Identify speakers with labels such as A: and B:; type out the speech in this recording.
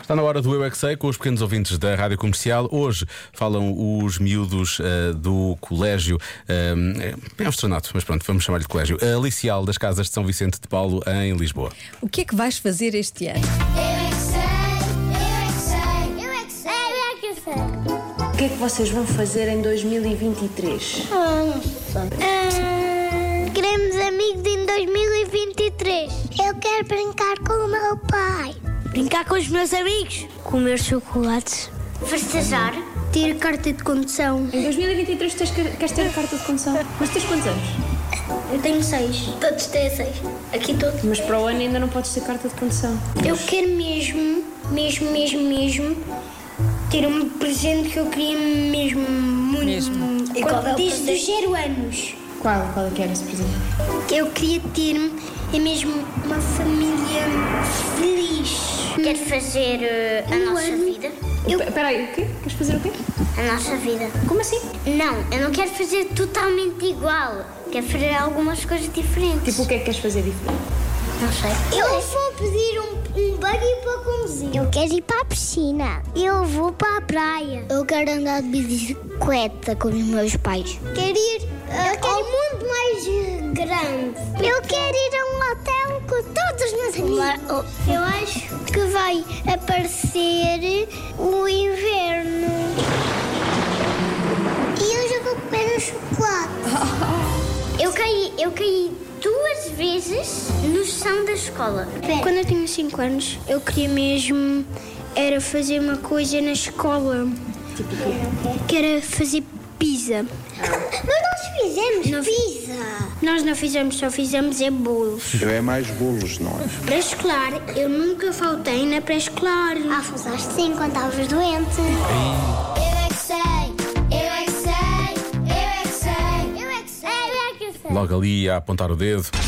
A: Está na hora do Eu é que Sei, com os pequenos ouvintes da Rádio Comercial. Hoje falam os miúdos eh, do colégio. Uh, é um estronato, mas pronto, vamos chamar-lhe de colégio. eh, Licial das Casas de São Vicente de Paulo, em Lisboa.
B: O que é que vais fazer este ano?
C: é é
D: O que é que vocês vão fazer em 2023?
C: Ah, Queremos amigos em 2023. Eu quero brincar com o meu pai. Brincar com os meus amigos. Comer chocolates. Festejar. Ter carta de condução.
E: Em 2023 tens, que- queres ter a carta de condução? Mas tens quantos anos?
C: Eu tenho seis. Todos têm seis. Aqui todos.
E: Mas para o ano ainda não podes ter carta de condução.
C: Eu quero mesmo, mesmo, mesmo, mesmo ter um presente que eu queria mesmo muito. Mesmo. Desde os zero anos.
E: Qual? Qual é que era esse presente?
C: Eu queria ter é mesmo uma família feliz.
F: Quer fazer eh, a
C: Um
F: nossa
C: ano.
F: vida?
E: Espera aí, o quê? Queres fazer o quê?
F: A nossa vida.
E: Como assim?
F: Não, eu não quero fazer totalmente igual. Quero fazer algumas coisas diferentes.
E: Tipo, o que é que queres fazer diferente?
C: Tá
F: não sei.
C: Eu vou pedir um, um buggy para conduzir. Eu quero ir para a piscina. Eu vou para a praia. Eu quero andar de bicicleta com os meus pais. Quero ir eh, ao mundo mais grande. Eu quero ir a um hotel com todos os meus amigos. oh, Eu acho que vai aparecer o inverno. E eu já vou comer um chocolate.
F: Eu caí, eu caí duas vezes no chão da escola.
C: Quando eu tinha 5 anos, eu queria mesmo era fazer uma coisa na escola. Que era fazer pizza. Tipo, Ah. Mas nós fizemos pizza. Nós não fizemos, só fizemos é bolos.
G: É mais bolos, não é?
C: Pré-escolar, eu nunca faltei na pré-escolar. Ah, faltaste sim quando estavas doente. Eu é que sei, eu é que sei, eu é que sei, eu é que sei, eu é que sei.
A: Logo ali a apontar o dedo.